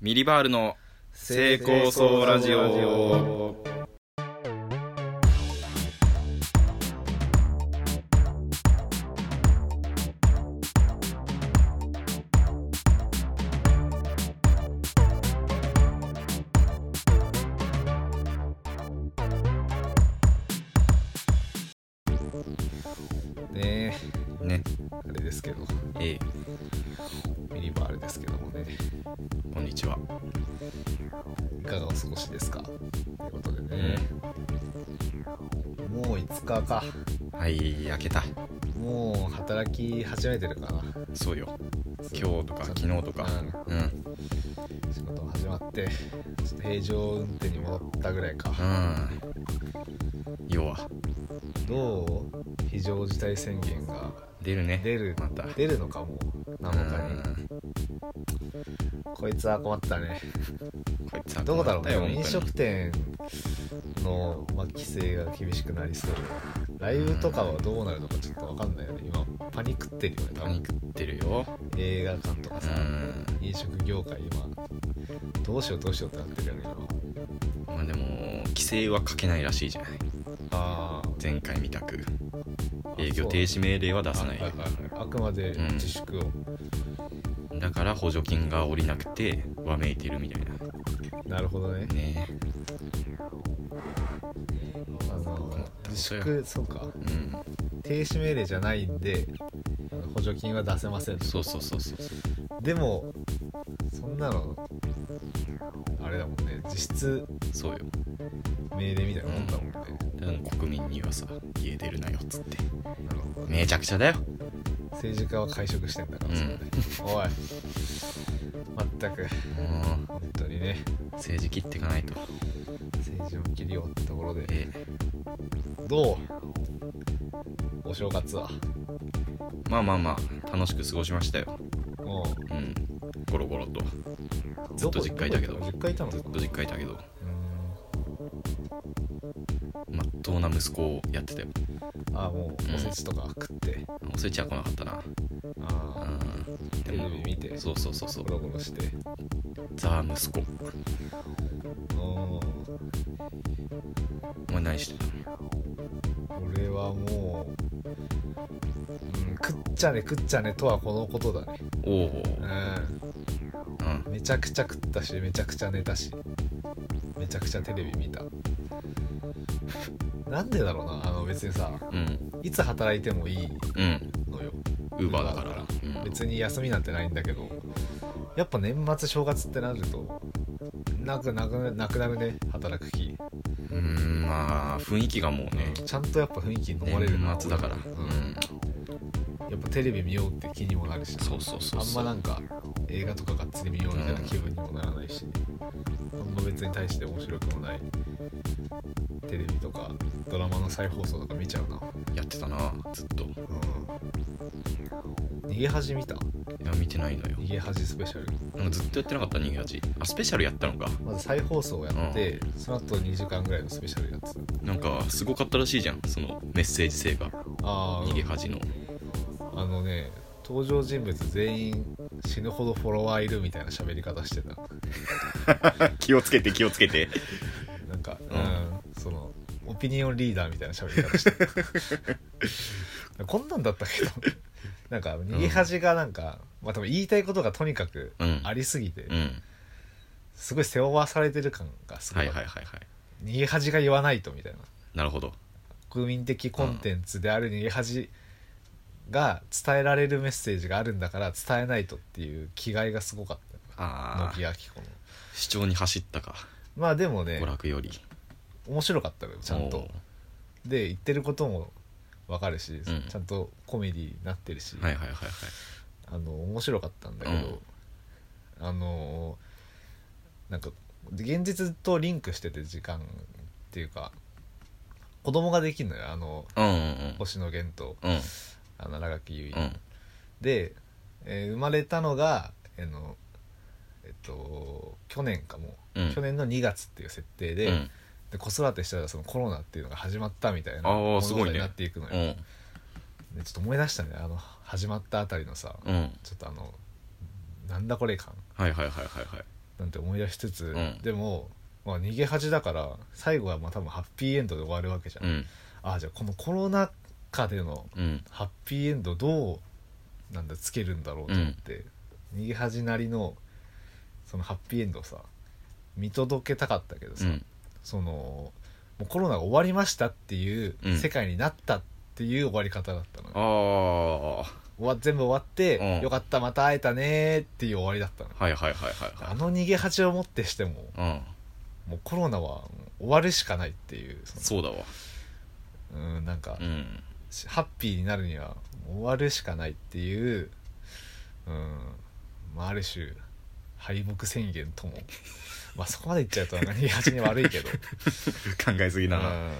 ミリバールの成功そうラジオ。ねね、あれですけどええ、ミニバールですけどもねこんにちは。いかがお過ごしですかということでね、もう5日かはい、開けた。もう働き始めてるかなそうよ。今日とか昨日とか。うん、ううん仕事始まってちょっと平常運転に戻ったぐらいか、ん。要は、どう非常事態宣言が出るね。出るまた。出るのかもう7日に、うんこいつは困ったねこいつはどうだろうね困ったよ飲食店の、まあ、規制が厳しくなりそうライブとかはどうなるのかちょっと分かんないよね今パニクってるよね多本当に分パニってるよ。映画館とかうさん。飲食業界今どうしようどうしようってなってるよねまあでも、規制はかけないらしいじゃない。今あ前回みたく。ー営業停止命令は出さない。あそうはいはいはいあくまで自粛を、だから補助金が下りなくて、わめいてるみたいな。なるほどねねあのた自粛そうかうん。停止命令じゃないんであの補助金は出せませんとそうそうそうそう。でもそんなのあれだもんね実質そうよ。命令みたいなもんだもんね、ただの国民にはさ、家出るなよっつって。なるほどねめちゃくちゃだよ。政治家は会食してんだからうんそれで、おいまったくもう、本当にね政治切っていかないと。政治を切りようってところでえどうお正月はえまあまあまあ、楽しく過ごしましたよ。もううん。ゴロゴロと。んずっと実家いたけど。実家いたのずっと実家いたけど、まっとうな息子をやってたよ。ああもうおせちとか食って、おせちは来なかったな。あうん。テレビ見てそうそうそうそうあゴ。ロゴロしてザ息子。うんお前何してた俺はもう、うん、食っちゃね食っちゃねとはこのことだねおお。ううん。んめちゃくちゃ食ったしめちゃくちゃ寝たしめちゃくちゃテレビ見たなんでだろうなあの別にさうん。いつ働いてもいいうん。のよウーバーだから。うん別に休みなんてないんだけどやっぱ年末正月ってなるとなくなくなくなるね働く気、うーん、まあ、雰囲気がもうね、ちゃんとやっぱ雰囲気に飲まれるな年末だから。う俺はん。うんやっぱテレビ見ようって気にもなるしそうそうそうあんそまう。なんか映画とかがっつり見ようみたいな気分にもならないし、あんま別に対して面白くもないテレビとかドラマの再放送とか見ちゃうな、やってたな、ずっと。い逃げ恥見たや、見てないのよ。逃げ恥スペシャルなんかずっとやってなかった、逃げ味。あ、スペシャルやったのか。まず再放送をやって、その後2時間ぐらいのスペシャルやつなんか、すごかったらしいじゃん、そのメッセージ性が。あ逃げ恥の。ああのね登場人物全員死ぬほどフォロワーいるみたいな喋り方してた 気をつけて、気をつけて。なんか、ううんん、その、オピニオンリーダーみたいな喋り 方してるこんなんだったけど、なんか、逃げ恥がなんか、まあ、多分言いたいことがとにかくうん。ありすぎてう、ん。すごい背負わされてる感がすご。はいいはいはいはい。逃げ恥が言わないとみたいな。なるほど。国民的コンテンツである逃げ恥が伝えられるメッセージがあるんだから伝えないとっていう気概がすごかった。あ野木あ、明子の。主張に走ったか。まあでもね娯、楽より。面白かったよ、ちゃんおとう。。で言ってることもわかるし、うんちゃんとコメディになってるし、はいはいはいはい。あの面白かったんだけど、あのなんか現実とリンクしてて時間っていうか子供ができるのよあのうんうん星野源とうん。うん。あの長木結う衣、ん。で、えー生まれたのがあのえっと去年かも、うん去年の2月っていう設定で,、うん。で子育てしたらそのコロナっていうのが始まったみたいなあーすごいねになっていくのよ、うん。ねちょっと思い出したねあの始まったあたりのさうん。ちょっとあのなんだこれ感はいはいはいはいはい。なんて思い出しつつ、うんでも、まあ、逃げ恥だから最後はまあ多分ハッピーエンドで終わるわけじゃん、うんああじゃあこのコロナ禍でのうんハッピーエンドどうなんだつけるんだろうと思って、逃げ恥なりのそのハッピーエンドをさ見届けたかったけどうさ、んそのもうコロナが終わりましたっていううん世界になったっていう終わり方だったのね、ああは終わ全部終わって、うんよかったまた会えたねーっていう終わりだったのいはいはいはいはあいの逃げ恥をもってしてもうんもうコロナは終わるしかないっていうそそうだわのうんなんか、うんしハッピーになるには終わるしかないっていう、うんまあ、ある種敗北宣言 ともまあそこまで言っちゃうと何がちに悪いけど、考えすぎうだ な、ん、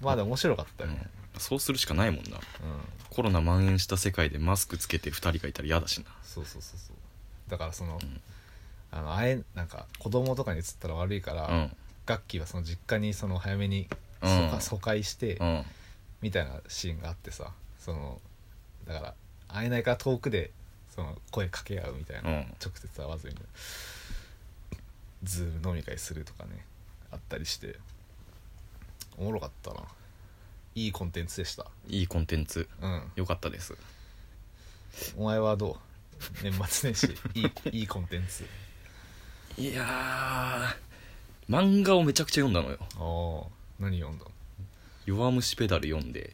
まあでも面白かったうよんね、そうするしかないもんなうん、コロナ蔓延した世界でマスクつけて2人がいたら嫌だしなそうそうそうそうだからその,、んあのあえなんか子供とかに移ったら悪いから、うん楽器はその実家にその早めにう疎ん開疎開して、うんみたいなシーンがあってさそのだから会えないから遠くでその声かけ合うみたいな、うん直接会わずにズーム飲み会するとかねあったりしておもろかったないいコンテンツでしたいいコンテンツうんよかったですお前はどう年末年始いいいいコンテンツいやー漫画をめちゃくちゃ読んだのよああ何読んだの「弱虫ペダル」読んで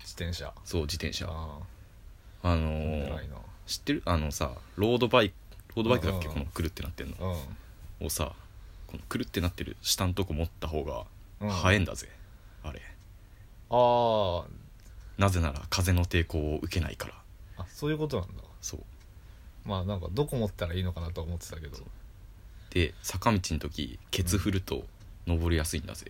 自転車そう自転車ああのあー偉いな知ってるあのさロードバイクロードバイクだっけうんこのくるってなってんのうんをさこのくるってなってる下のとこ持った方がうん早いんだぜ、あれあなぜなら風の抵抗を受けないからああそういうことなんだそうまあなんかどこ持ったらいいのかなとは思ってたけどで坂道の時ケツ振ると登りやすいんだぜ、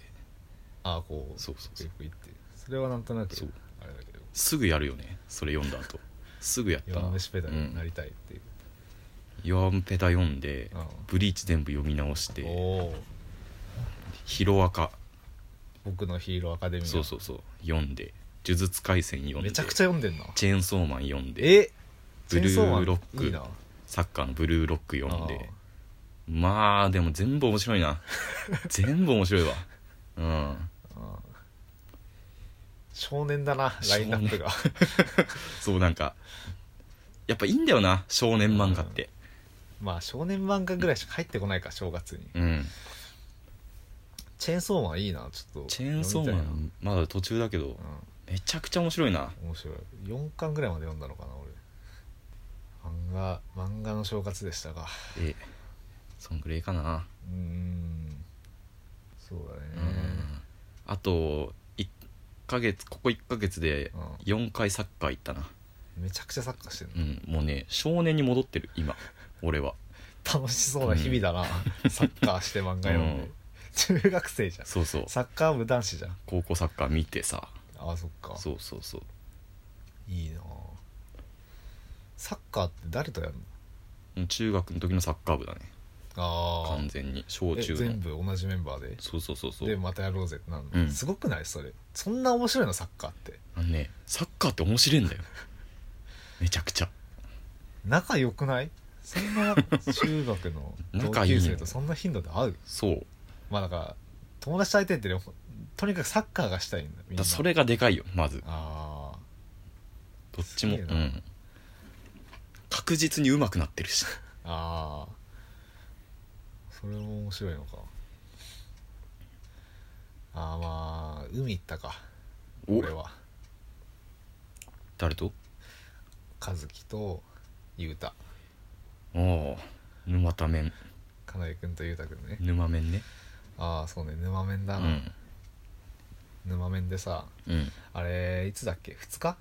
ああこうそうそうそうよく行ってそれはなんとなくそうあれだけどすぐやるよねそれ読んだ後すぐやった弱虫ペダルになうんりたいっていう、弱ペダ読んで、うんブリーチ全部読み直しておお「ヒロアカ僕のヒーローアカデ」ミーそうそうそう読んで「呪術廻戦」読んでめちゃくちゃ読んでんなチェーンソーマン」読んでえブルーロックチェンソーマンいいなサッカーの「ブルーロック」読んあでーまあでも全部面白い な全部面白いわうんうん少年だなラインナップが そうなんかやっぱいいんだよな少年漫画ってまあ少年漫画ぐらいしか入ってこないか正月にうんチェーンソーマンいいなちょっとチェーンソーマ読みンまだ途中だけどたいなめちゃくちゃ面白いなうん面白い4巻ぐらいまで読んだのかな俺漫画漫画の正月でしたがえそんぐらいかなうーんそうだねうんあと1ヶ月ここ1ヶ月でうん4回サッカー行ったなめちゃくちゃサッカーしてるう、んもうね少年に戻ってる今俺は楽しそうな日々だな、サッカーして漫画読んで、うん中学生じゃんそうそうサッカー部男子じゃん高校サッカー見てさあそっかそうそうそういいなサッカーって誰とやるの中学の時のサッカー部だねあ完あ全に小中の全部同じメンバーでそうそうそうそうでまたやろうぜってなるの、うんすごくないそれそんな面白いのサッカーってあのねサッカーって面白いんだよめちゃくちゃ仲良くないそんな中学の仲同いい級ね生とそんな頻度で会うそうまあだから友達と会いたいってねとにかくサッカーがしたいんだみんだなそれがでかいよまずああどっちもうすげえなん確実に上手くなってるしああそれも面白いのかああまあ海行ったかお俺は誰と和樹と雄太ああ沼田面かなえ君と雄太君ね沼面ねああそうね沼面うだな、ん沼面でさうんあれいつだっけ2日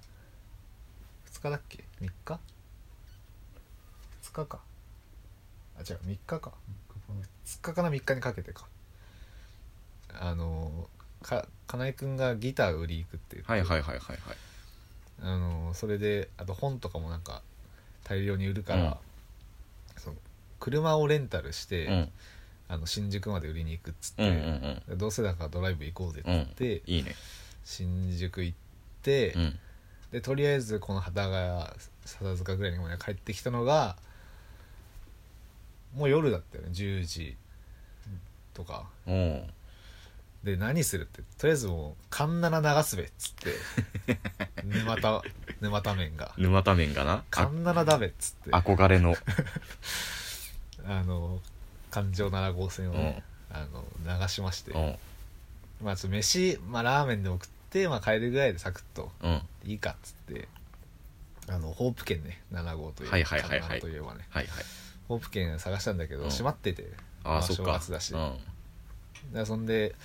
?2 日だっけ3日 ?2 日かあ違う3日か2日から3日にかけてかあのかかなえ君がギター売り行くって言ってはいはいはいはいはいあのそれであと本とかもなんか大量に売るから、その車をレンタルして、うんあの新宿まで売りに行くっつって、うんうんどうせだからドライブ行こうぜっうんうつんって、いいね新宿行って、うんでとりあえずこの幡ヶ谷笹塚ぐらいにまで帰ってきたのがもう夜だったよね10時とかおうで何するってとりあえずもう「カンナラ流すべ」っつって沼 田沼田麺が沼田麺がな「カンナラだべ」っつってあ憧 れのあの環状7号線をね、あの流しましてう、んまあ、ちょっと飯、まあ、ラーメンでも食って、まあ、帰るぐらいでサクッとうんいいかっつってあのホープ県ね7号というはいはいはいはいといえばねはいはいホープ県探したんだけど、うん閉まっててだかあまああそっ正か月だしうんらそんで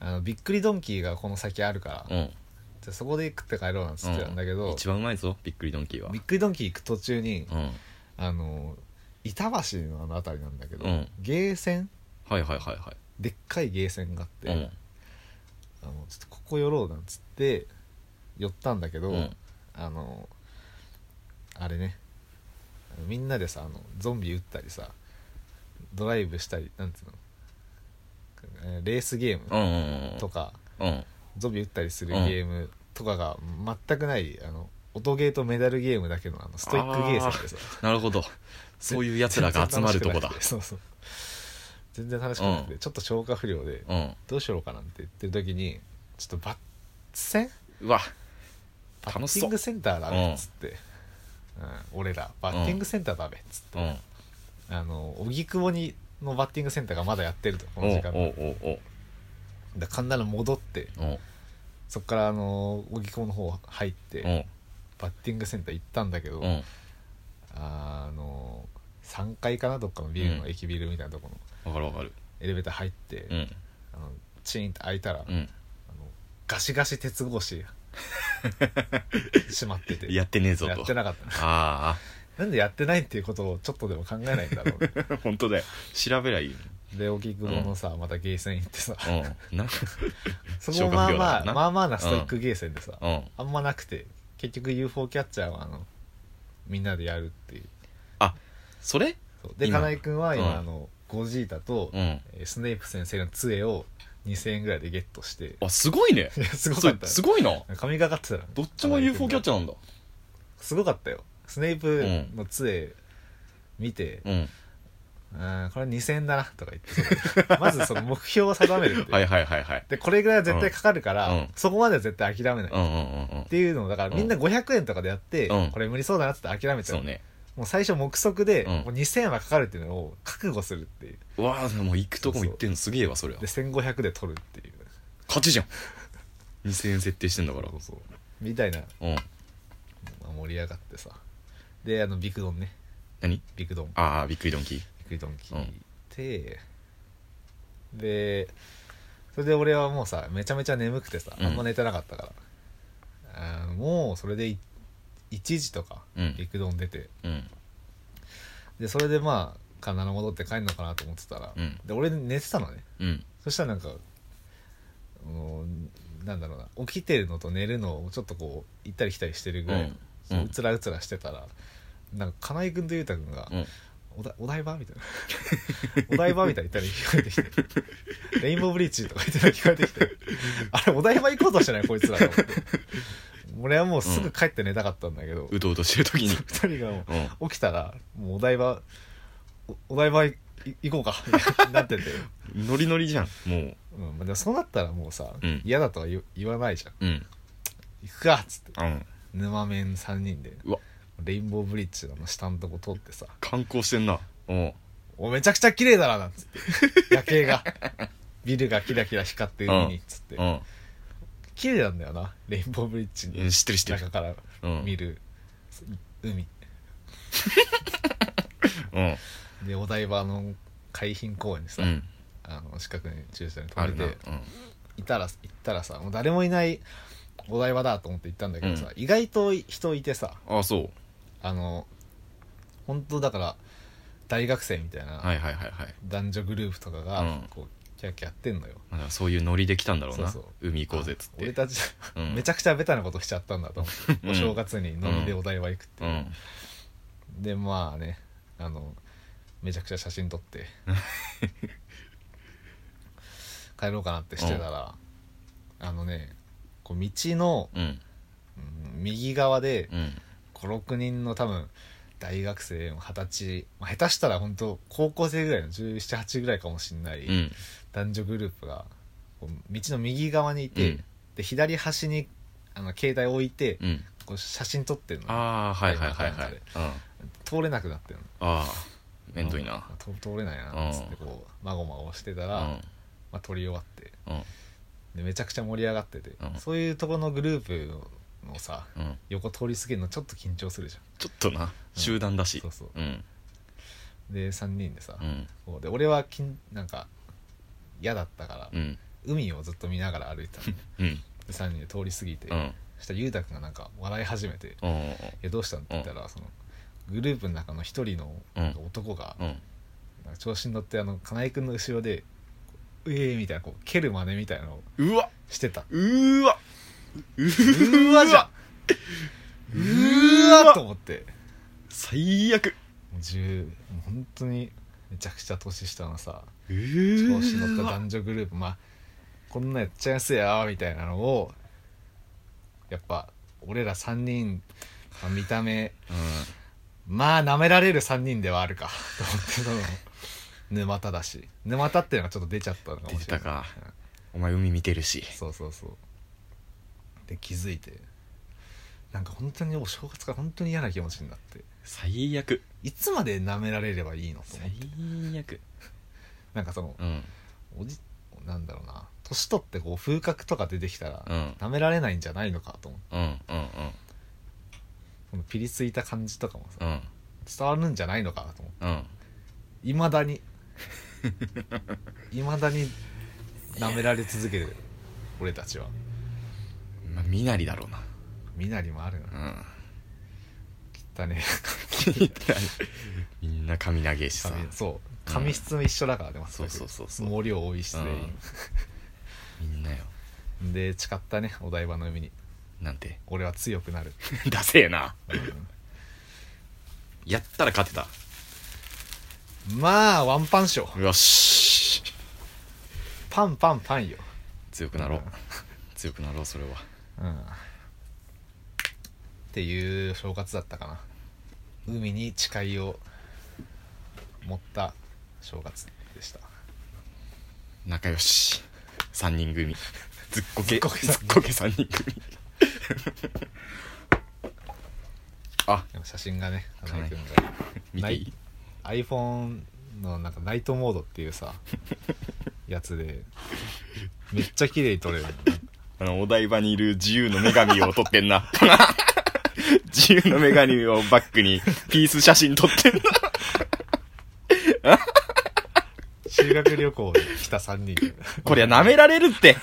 あのびっくりドンキーがこの先あるかうら、じんゃあそこで食って帰ろうなんつってたんだけうど、一番うまいぞびっくりドンキーはびっくりドンキー行く途中に、うんはいあの板橋のあの辺りなんだけど、うんゲーセンはいはいはでっかいゲーセンがあって、いうんあのちょっとここ寄ろうなんつって寄ったんだけど、うんあのあれねみんなでさあのゾンビ撃ったりさドライブしたりなんつうのえーレースゲーうムんうんとか、うんうんゾンビ撃ったりするゲームとかが全くないあの音ゲーとメダルゲームだけのあのストイックゲーセ ンでさなるほどそういうやつらが集まると こだ全然楽しくなくてそうそう全然楽しくなくて、ちょっと消化不良でうんどうしようかなんて言ってる時にちょっとバッセンうわバッ楽しテそうィングセンターだべっつって、うん俺らバッティングセンターだべっつって、うんあの荻窪にのバッティングセンターがまだやってるとおこのう時間おだうおうだから神田の戻っておうそっからあの荻窪の方入って、おうバッティングセンター行ったんだけど、おうあの3階かなどっかのビルの、うん駅ビルみたいなところわのかるわかるエレベーター入って、うんあのチーンって開いたら、あうのんガシガシ鉄格子閉まっててやってねえぞやとってなかったあなんでやってないっていうことをちょっとでも考えないんだろうねあ 本当だよ調べりゃいいで荻窪のさ、またゲーセン行ってさ、のうんなそこもまあま消化不良だかあらなまあまあなストイックゲーセンでさ、うんあんまなくて結局 UFO キャッチャーはあのみんなでやるっていうそれそうで今金井君は今、うんあのゴジータと、うんえースネープ先生の杖を2000円ぐらいでゲットしてあすごいねいや すごそかれった よすごいな神がかってたらどっちも UFO キャッチャーなんだすごかったよスネープの杖見て、うんあーこれ2000円だなとか言ってそのまずその目標を定めるっていう、はいはいはいはいでこれぐらいは絶対かかるから、うんそこまでは絶対諦めない、うんっうんうんうんていうのをだからみんな500円とかでやって、うんこれ無理そうだなっつって諦めちゃうそうねもう最初目測で、うんもう2000円はかかるっていうのを覚悟するっていううわあもう行くとこも行ってんのすげえわそれはで1500で取るっていう勝ちじゃん2000円設定してんだからそうそうみたいな、うんまあ盛り上がってさであのビクドンね何ビクドンビああびっくりドンキークドン聞いて、でそれで俺はもうさめちゃめちゃ眠くてさうんあんま寝てなかったから、あーもうそれでい1時とかうんビクドン出て、うんでそれでまあ神奈川戻って帰るのかなと思ってたら、うんで俺寝てたのねうんそしたらなんかもうなんだろうな起きてるのと寝るのをちょっとこう行ったり来たりしてるぐらい、うんそううんつらうつらしてたらなんか金井君と裕太君がうん「おだお台場?」みたいな 「お台場?」みたいな言ったら聞こえてきて「レインボーブリッジ」とか言って聞こえて きてあれお台場行こうとしてないこいつらと思って俺はもうすぐ帰って寝たかったんだけど、うとうとしてる時に二人がもううん起きたらもうお台場おお台場い行こうかみたいになってて、ノリノリじゃんもううんまあ、でもそうなったらもうさ、うん嫌だとは言言わないじゃうんん行くかっつってうん沼面3人でうわレインボーブリッジのあの下のとこ通ってさ観光してんなうん「おめちゃくちゃ綺麗だな」なんつって 夜景がビルがキラキラ光ってるのにっつって、うん綺麗なんだよなレインボーブリッジうんに知ってる知ってる中からうん見る、海うんでお台場の海浜公園でさ、うんあの近くに駐車場にあ止るなめうてんいたら行ったらさもう誰もいないお台場だと思って行ったんだけどさ、う意外と人いてさああそうあの本当だから大学生みたいはないはいはいはい男女グループとかうがんこうキャーキャーやってんのよ、まあだからそういうノリで来たんだろうなそうそ海行こうぜっつって俺たち、うんめちゃくちゃベタなことしちゃったんだと思って、うんお正月に飲みでお台場行くってういう、んでまあねあのめちゃくちゃ写真撮って 帰ろうかなってしてたら、あのねこう道のうんうん右側でうん56人の多分大学生の二十歳、まあ、下手したら本当高校生ぐらいの1718ぐらいかもしれないうん男女グループがこう道の右側にいて、うんで左端にあの携帯置いて、うんこう写真撮ってるのああはいはいはいは、はいいうん、あ通れなくなってるのあ面倒いなあ通通れないなっつってこうまごまごしてたうら、んまあ、撮り終わってうんでめちゃくちゃ盛り上がってて、うんそういうところのグループのさうん横通り過ぎるのちょっと緊張するじゃんちょっとな集団だしそうそううんで3人でさ、うんこうで俺はきんなんか嫌だったから、うん海をずっと見ながら歩いてたのうんで3人で通り過ぎて、うんそしたら裕太君がなんか笑い始めてうん「えどうしたの?」って言ったら、そのグループの中の一人のうんなんか男が、うんなんか調子に乗ってあの金井君の後ろで「うえー」みたいなこう蹴る真似みたいなのをうわしてたうーわううーわじゃんううわわと思って最悪もう10もう本当にめちゃくちゃ年下のさう調子に乗っーたわ男女グループまあこんなんやっちゃいますよみたいなのをやっぱ俺ら3人、まあ見た目まあ舐められる3人ではあるかと思ってその沼田だし沼田っていうのがちょっと出ちゃったのかもしれない出てたかうおん前海見てるしそうそうそうで気づいてなんか本当にお正月から本当に嫌な気持ちになって最悪いつまで舐められればいいのと思最って悪なんかそのうんおじなんだろうな年取ってこう風格とか出てきたらうん舐められないんじゃないのかと思ってうんうんそのピリついた感じとかもうさん伝わるんじゃないのかなと思ってうんうんいまだにいまだに舐められ続けてる俺たちはまあ身なりだろうな身なりもあるなうんだねみんな髪長えしさ髪そう髪質も一緒だからね、まそうそうそうそう毛量多いし全みんなよ員、で誓ったねお台場の海になんて俺は強くなる、 ダセえなうやったら勝てたんまあワンパン賞よしパンパンパンよ、強くなろううん強くなろうそれはうん、っていう正月だったかな海に誓いを持った正月でした仲良し3人組ずっこけずっこけずっこけ3人組 あでも写真がね金井君見ていいが iPhone のなんかナイトモードっていうさやつでめっちゃ綺麗に撮れるのあのお台場にいる自由の女神を撮ってんな 自由の女神をバックにピース写真撮ってんな修学旅行で来た3人こりゃ舐められるって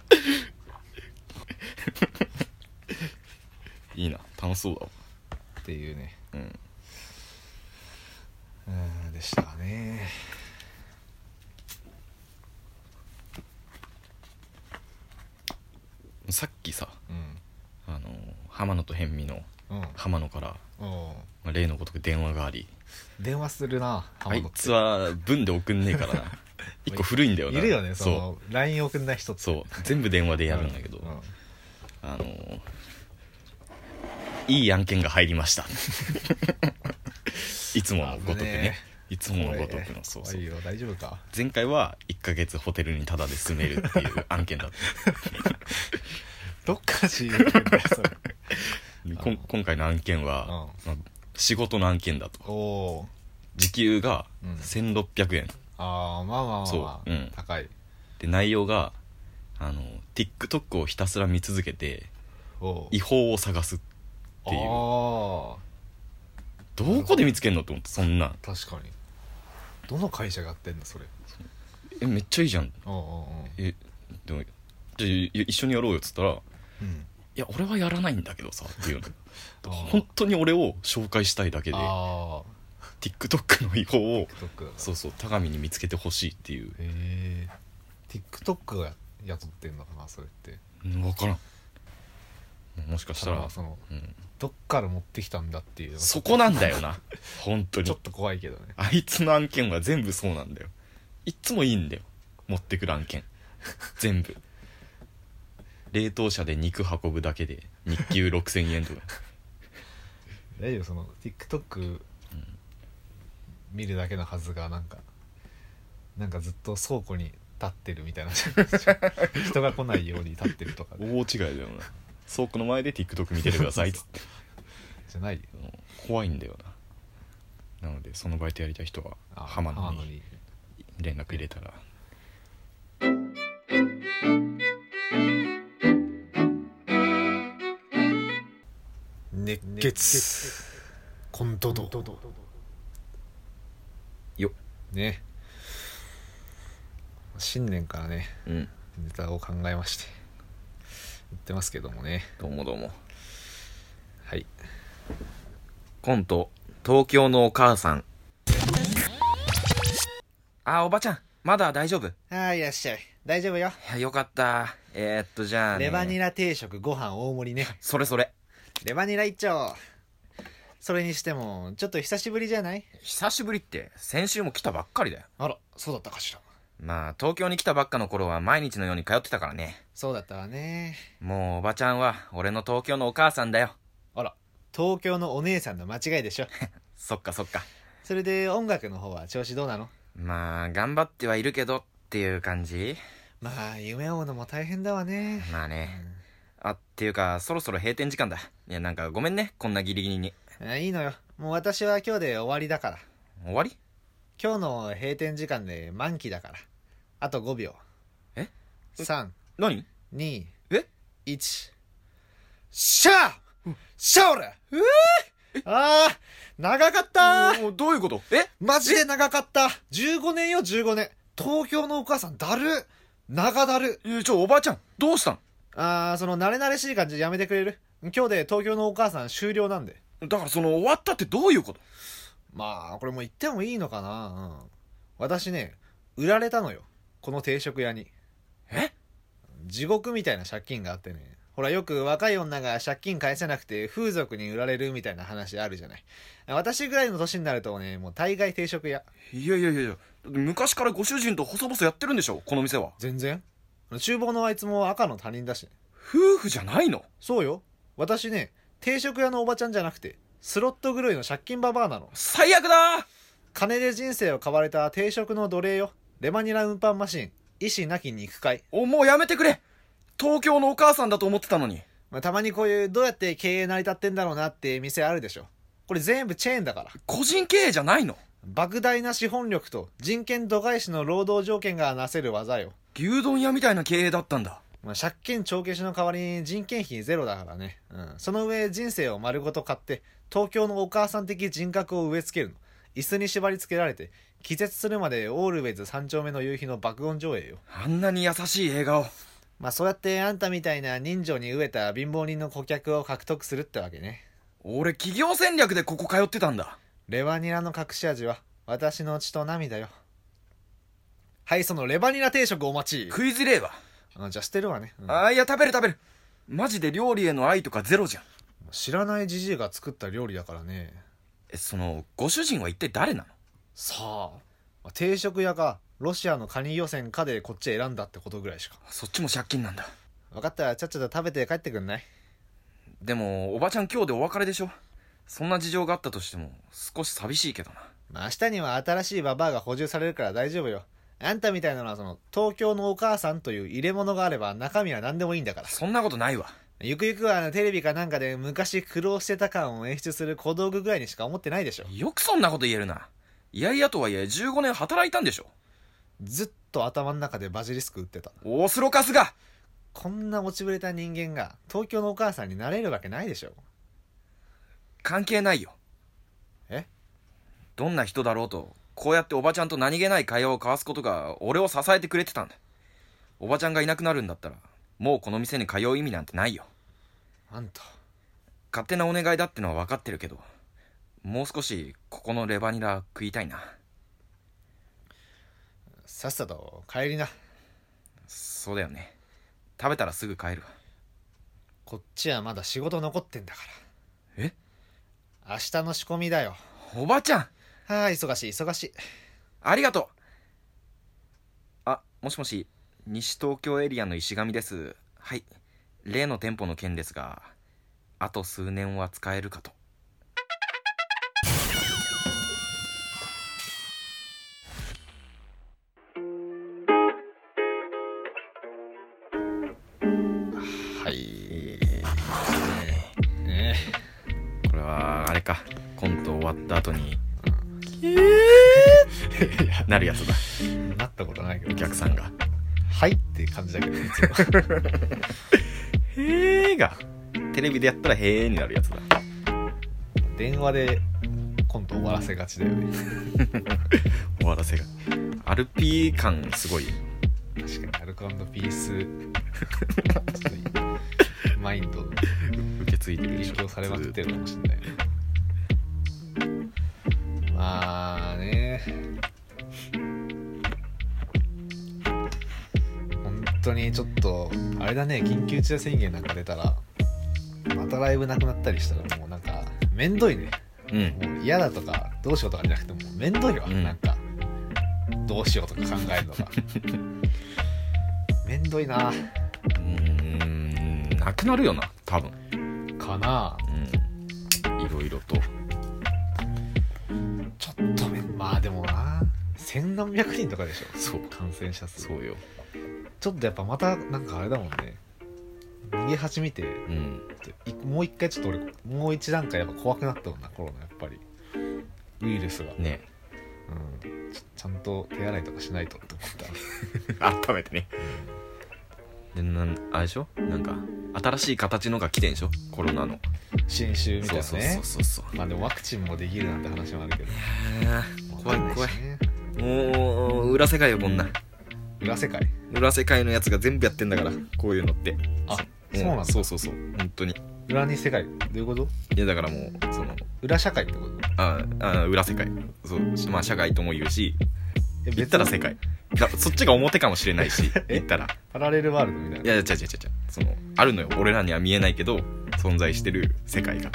いいな楽しそうだわっていうねうんうーんでしたねさっきさうあの浜野と辺見のんうん浜野から、おまあ例のごとく電話がありう電話するなあ浜い野っつては文で送んねえから な一個古いんだよないるよねそその LINE 送んない人っうてそう全部電話でやるんだけど、ううんあのいい案件が入りました いつものごとくね危ねいつものごと怖いくねのそうそ怖ういよ大丈夫か前回は1ヶ月ホテルにタダで住めるっていう案件だっ どっから仕入れてんだよそれたでこん今回の案件は、まあ仕事の案件だとおおー時給がうん1600円、ああまあまあまあ、まそあううん高いで内容があの TikTok をひたすら見続けておう違法を探すっていうあどこで見つけんのと思ってそんなんあ確かにどの会社がやってんのそれえめっちゃいいじゃんうんうんえでもじゃあい一緒にやろうよっつったら「うんいや俺はやらないんだけどさ」っていう のあー本当に俺を紹介したいだけでああ TikTok の違法を TikTok だからそうそう田上に見つけてほしいっていうへえ TikTok が雇ってんのかなそれって分からんもしかしたたらだそのうん、どっから持ってきたんだっていうそこなんだよな本当ちょにっと怖いけどねあいつの案件は全部そうなんだよいっつもいいんだよ持ってくる案件全部冷凍車で肉運ぶだけで日給6000円とか大丈夫その TikTok 見るだけのはずがなんかなんかずっと倉庫に立ってるみ たいな人が来ないように立ってるとか大違いだよな倉庫の前で TikTok 見ててくださいっつってじゃないようん怖いんだよななのでそのバイトやりたい人はあ浜野浜に連絡入れたら熱血コントドよね新年からねうんネタを考えまして言ってますけどもねどうもどうもはいコント「東京のお母さん」あおばちゃんまだ大丈夫いああいらっしゃい大丈夫よやよかったえー、っとじゃあ、ね、レバニラ定食ご飯大盛りねそれそれレバニラ一丁それにしてもちょっと久しぶりじゃない久しぶりって先週も来たばっかりだよあらそうだったかしらまあ東京に来たばっかの頃は毎日のように通ってたからねそうだったわねもうおばちゃんは俺の東京のお母さんだよあら東京のお姉さんの間違いでしょそっかそっかそれで音楽の方は調子どうなのまあ頑張ってはいるけどっていう感じまあ夢追うのも大変だわねまあねあっていうかそろそろ閉店時間だいやなんかごめんねこんなギリギリにあいいのよもう私は今日で終わりだから終わり今日の閉店時間で満期だからあと5秒え何321えシャーシャオレあー長かったーおどういうことえマジで長かった15年よ15年東京のお母さんだる長だるえちょおばちゃんどうしたあーその慣れ慣れしい感じやめてくれる今日で東京のお母さん終了なんでんだからその終わったってどういうことまあこれもう言ってもいいのかな、うん、私ね売られたのよこの定食屋にえ地獄みたいな借金があってねほらよく若い女が借金返せなくて風俗に売られるみたいな話あるじゃない私ぐらいの年になるとねもう大概定食屋いやいやいやいや昔からご主人と細々やってるんでしょこの店は全然厨房のあいつも赤の他人だし夫婦じゃないのそうよ私ね定食屋のおばちゃんじゃなくてスロット狂いの借金ババアなの最悪だ金で人生を買われた定食の奴隷よレバニラ運搬マシン医師なき肉塊おもうやめてくれ東京のお母さんだと思ってたのにまあ、たまにこういうどうやって経営成り立ってんだろうなって店あるでしょこれ全部チェーンだから個人経営じゃないの莫大な資本力と人権度外視の労働条件がなせる技よ、牛丼屋みたいな経営だったんだまあ、借金帳消しの代わりに人件費ゼロだからね、うん、その上人生を丸ごと買って東京のお母さん的人格を植え付けるの椅子に縛り付けられて気絶するまでオールウェイズ3丁目の夕日の爆音上映よあんなに優しい映画をまあそうやってあんたみたいな人情に飢えた貧乏人の顧客を獲得するってわけね俺企業戦略でここ通ってたんだレバニラの隠し味は私の血と涙よはいそのレバニラ定食お待ち食いづれえわあじゃあしてるわね、うんあいや食べる食べるマジで料理への愛とかゼロじゃん知らないじじいが作った料理だからねえそのご主人は一体誰なのさあまあ定食屋かロシアのカニ予選かでこっち選んだってことぐらいしかそっちも借金なんだ分かったらちゃっちゃと食べて帰ってくんないでもおばちゃん今日でお別れでしょそんな事情があったとしても少し寂しいけどなまあ明日には新しいババアが補充されるから大丈夫よあんたみたいなのはその東京のお母さんという入れ物があれば中身は何でもいいんだからそんなことないわゆくゆくはあのテレビかなんかで昔苦労してた感を演出する小道具ぐらいにしか思ってないでしょよくそんなこと言えるないやいやとはいえ15年働いたんでしょずっと頭の中でバジリスク打ってたオースロカスがこんな落ちぶれた人間が東京のお母さんになれるわけないでしょ関係ないよえどんな人だろうとこうやっておばちゃんと何気ない会話を交わすことが俺を支えてくれてたんだおばちゃんがいなくなるんだったらもうこの店に通う意味なんてないよあんた勝手なお願いだってのは分かってるけどもう少しここのレバニラ食いたいなさっさと帰りなそうだよね食べたらすぐ帰るわこっちはまだ仕事残ってんだからえ明日の仕込みだよおばちゃんはあ忙しい忙しいありがとうあもしもし西東京エリアの石神ですはい例の店舗の件ですがあと数年は使えるかとはいねこれはあれかコント終わった後にえいや なるやつだなったことないけどお客さんがはいって感じだけどいつも「へえ」がテレビでやったら「へえ」になるやつだ電話でコント終わらせがちだよね終わらせがアルピー感すごい確かにアルコピースちょっとマインド受け継いでるで影しょ響されまくってずーるかもしれないまあね本当にちょっとあれだね緊急事態宣言なんか出たらまたライブなくなったりしたらもうなんかめんどいねとうんもう嫌だとかどうしようとかじゃなくてもうめんどいわ、うんなんかどうしようとか考えるの がめんどいなうーんなくなるよな多分かなうんいろいろとちょっとめんまあでもな千何百人とかでしょそう感染者数そうよちょっとやっぱまたなんかあれだもんね逃げ始めてうんいもう一回ちょっと俺もう一段階やっぱ怖くなったもんなコロナやっぱりウイルスが、 ねうん、ちちゃんと手洗いとかしないとって思った温めてねでなんあれでしょなんか新しい形のが来てんでしょコロナの新種みたいそうなねそうそうそうそうまあでもワクチンもできるなんて話もあるけどあー怖い怖いねもう裏世界よこんな裏世界裏世界のやつが全部やってんだからこういうのってあそうなんだそうそうそう本当に裏に世界どういうこといやだからもうその裏社会ってことああ裏世界そうしまあ社会とも言うしえ言ったら世界だそっちが表かもしれないし え言ったらパラレルワールドみたいいなやいや違う違う違う違うそのあるのよ俺らには見えないけど存在してる世界が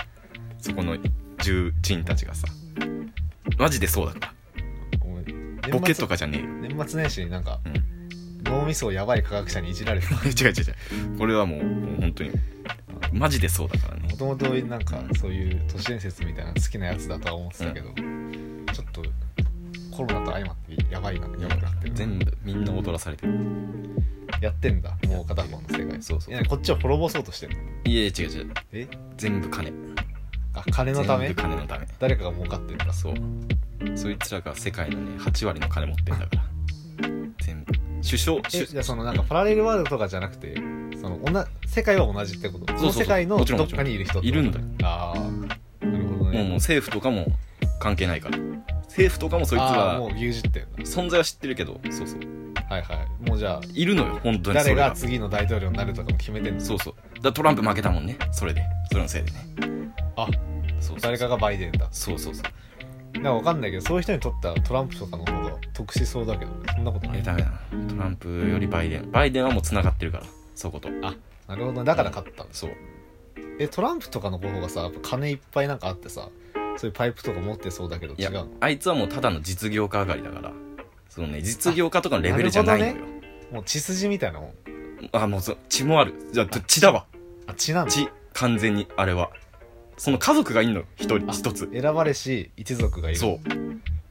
そこの重鎮たちがさマジでそうだかお前らボケとかかじゃねえよ、年末年始になんかうん、脳みそをやばい科学者にいじられて 違う違う違うこれはもうもう本当にマジでそうだからねもともとなんかそういう都市伝説みたいなの好きなやつだとは思ってたけど、ちょっとコロナと相まってやばいなやばくなってるな全部みんな踊らされてるやってんだもう片方の世界そうそういやこっちを滅ぼそうとしてんのいやいや違う違うえ全部金あ金のため全部金のため誰かが儲かってるからそうそいつらが世界のね8割の金持ってんだから全部首相え首じゃあそのなんかパラレルワールドとかじゃなくてそのおな世界は同じってことうそそうそうの世界のもちろんどっかにいる人ってこといるんだよああなるほどもうもうね政府とかも関係ないから政府とかもそいつあーらもう牛耳ってん存在は知ってるけどそうそうだはいはいもうじゃあいるのよ本当にそ誰れがが次の大統領になるとかも決めてんのそうそうだからトランプ負けたもんねそれでそれのせいでねあそうそう誰かがバイデンだそうそうそうなんかわかんないけどそういう人にとったらトランプとかの方が得しそうだけどそんなことなえいなダメだなトランプよりバイデンバイデンはもうつながってるからそことるほどだから勝ったんですそうえトランプとかの方がさやっぱ金いっぱいなんかあってさそういうパイプとか持ってそうだけどい違うやのあいつはもうただの実業家上がりだからそのね実業家とかのレベルじゃないのよあなもう血筋みたいなもんあもうそ血もあるじゃあ血だわあ血なんだ血完全にあれはその家族がいんのよ一人あ一つ選ばれし一族がいるそ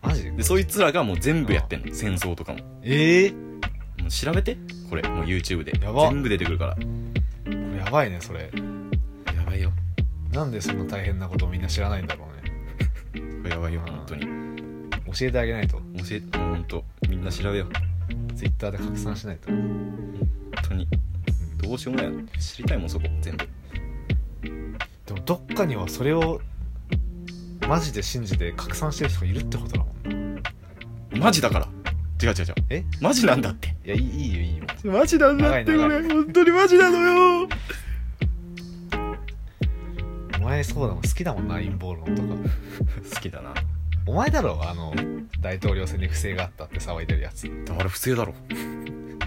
マジうでそいつらがもう全部やってんの戦争とかもええもう調べてこれもう YouTube でやば全部出てくるからこれやばいねそれやばいよなんでそんな大変なことをみんな知らないんだろうねこれやばいよ本当に教えてあげないと教えて本当みんな調べよう Twitter で拡散しないと、うん本当にどうしようもないよ知りたいもんそこ全部でもどっかにはそれをマジで信じて拡散してる人がいるってことだもんなマジだから違う違う違うえマジなんだっていやいいいいよいいよマジなんだってこれ本当にマジなのよお前そうだもん好きだもんな陰謀論とか好きだなお前だろあの大統領選に不正があったって騒いでるやつあれ不正だろ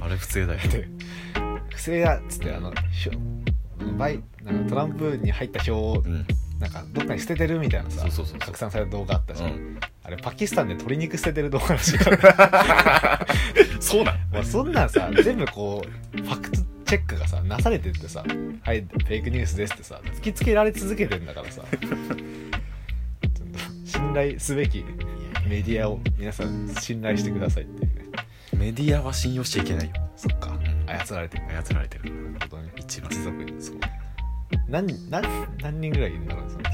あれ不正だよで不正だっつってあの票あのバイなんかトランプに入った票をうんなんかどっかに捨ててるみたいなさそうそうそうそう拡散された動画あったじうゃん、んあれパキスタンで鶏肉捨ててる動画らしいから そうなんまあそんなんさ全部こうファクトチェックがさなされてってさ「はいフェイクニュースです」ってさ突きつけられ続けてんだからさちょっと信頼すべきメディアを皆さん信頼してくださいっていうねメディアは信用しちゃいけないよそっか操られてるね操られてる本当に一番貴族にそう何何何人ぐらいいるんだろうその貴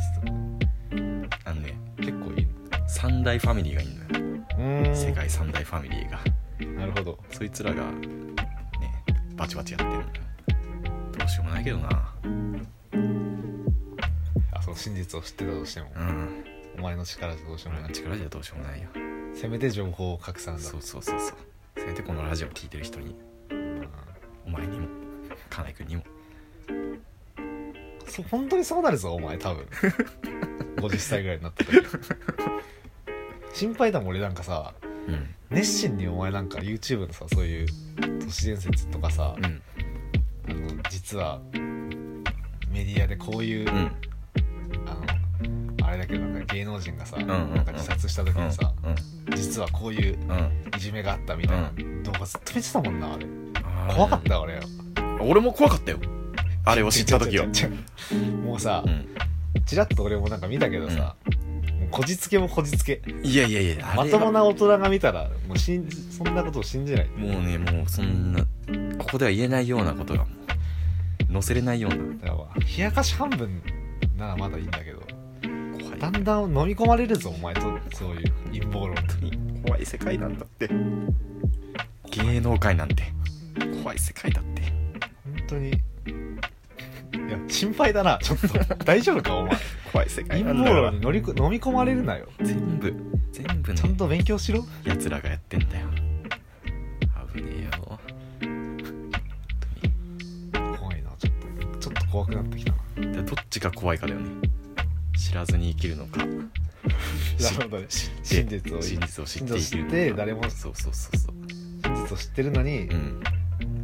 あのね族結構いる三大ファミリーがいるのようーん世界三大ファミリーがなるほどそいつらがねバチバチやってるのよどうしようもないけどなあその真実を知ってたとしてもうんお前の力じゃどうしよう俺もなのい力じゃどうしようもないよせめて情報を拡散だそうそうそうそうせめてこのラジオを聞いてる人にうんお前にもカナイ君にもそ本当にそうなるぞお前 多分50歳ぐらいになった時心配だもん俺なんかさうん熱心にお前なんか YouTube のさそういう都市伝説とかさ、うんあの実はメディアでこういう、うんあのあれだけどなんか芸能人がさ、んなんか自殺した時うんにさ、うん実はこういううんいじめがあったみたいな動画ずっと見てたもんなあれ怖かった俺俺も怖かったよあれを知った時は違う違う違う違うもうさ、うんチラッと俺もなんか見たけどさ、もうこじつけもこじつけいやいやいやあまれとはもな大人が見たらもうしんそんなことを信じないもうねもうそんなここでは言えないようなことがもう載せれないようだからまあ冷やかし半分ならまだいいんだけどな怖いだ本んだん飲み込まれるぞお前とそういう陰謀論に当に怖い世界なんだって芸能界なんて怖い世界だって本当にいや心配だなちょっ と大丈夫かお前怖い世界陰なんだ謀から論に乗りこ飲み込まれるなよ全部全部ちゃんのと勉強しろやつらがやってんだよ危ねえよ本当に怖いなちょっとちょっと怖くなってきたなだからどっちが怖いかだよね知らずに生きるのかなるほどね知って真実を真真実を知って生きるのか真実を知って誰もそうそうそうそう実を知ってるのにうん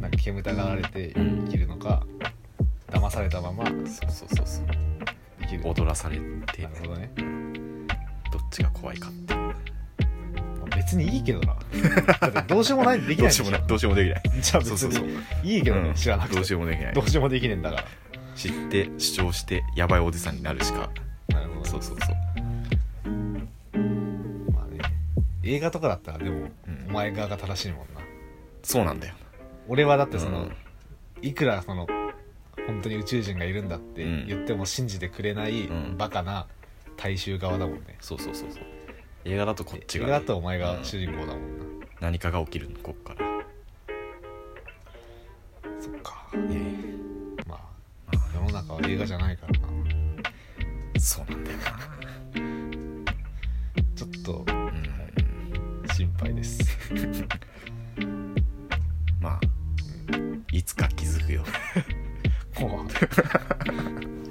なんか煙たがられて生きるのか騙されたままそうそうそうそう生きる踊らされてなるほどねどっちが怖いかってまあ別にいいけどな だってどうしようもないできないんでしょどうしようもできないじゃあ別そうにそうそういいけどね、うん知らなくてどうしようもできないどうしようもできねえんだか知って主張してやばいおじさんになるしからなるほそうそうそうどまあね映画とかだったらでも、うんお前側が正しいもんなそうなんだよ俺はだってその、うんいくらその本当に宇宙人がいるんだってうん言っても信じてくれない、うんバカな大衆側だもんねそうそうそうそう映画だとこっちが俺ね、だとお前うがん主人公だもんな、何かが起きるのこっからそっかねまあ世の中は映画じゃないからなえそうなんだよちょっとなうん心配ですまあいつか気づくよもう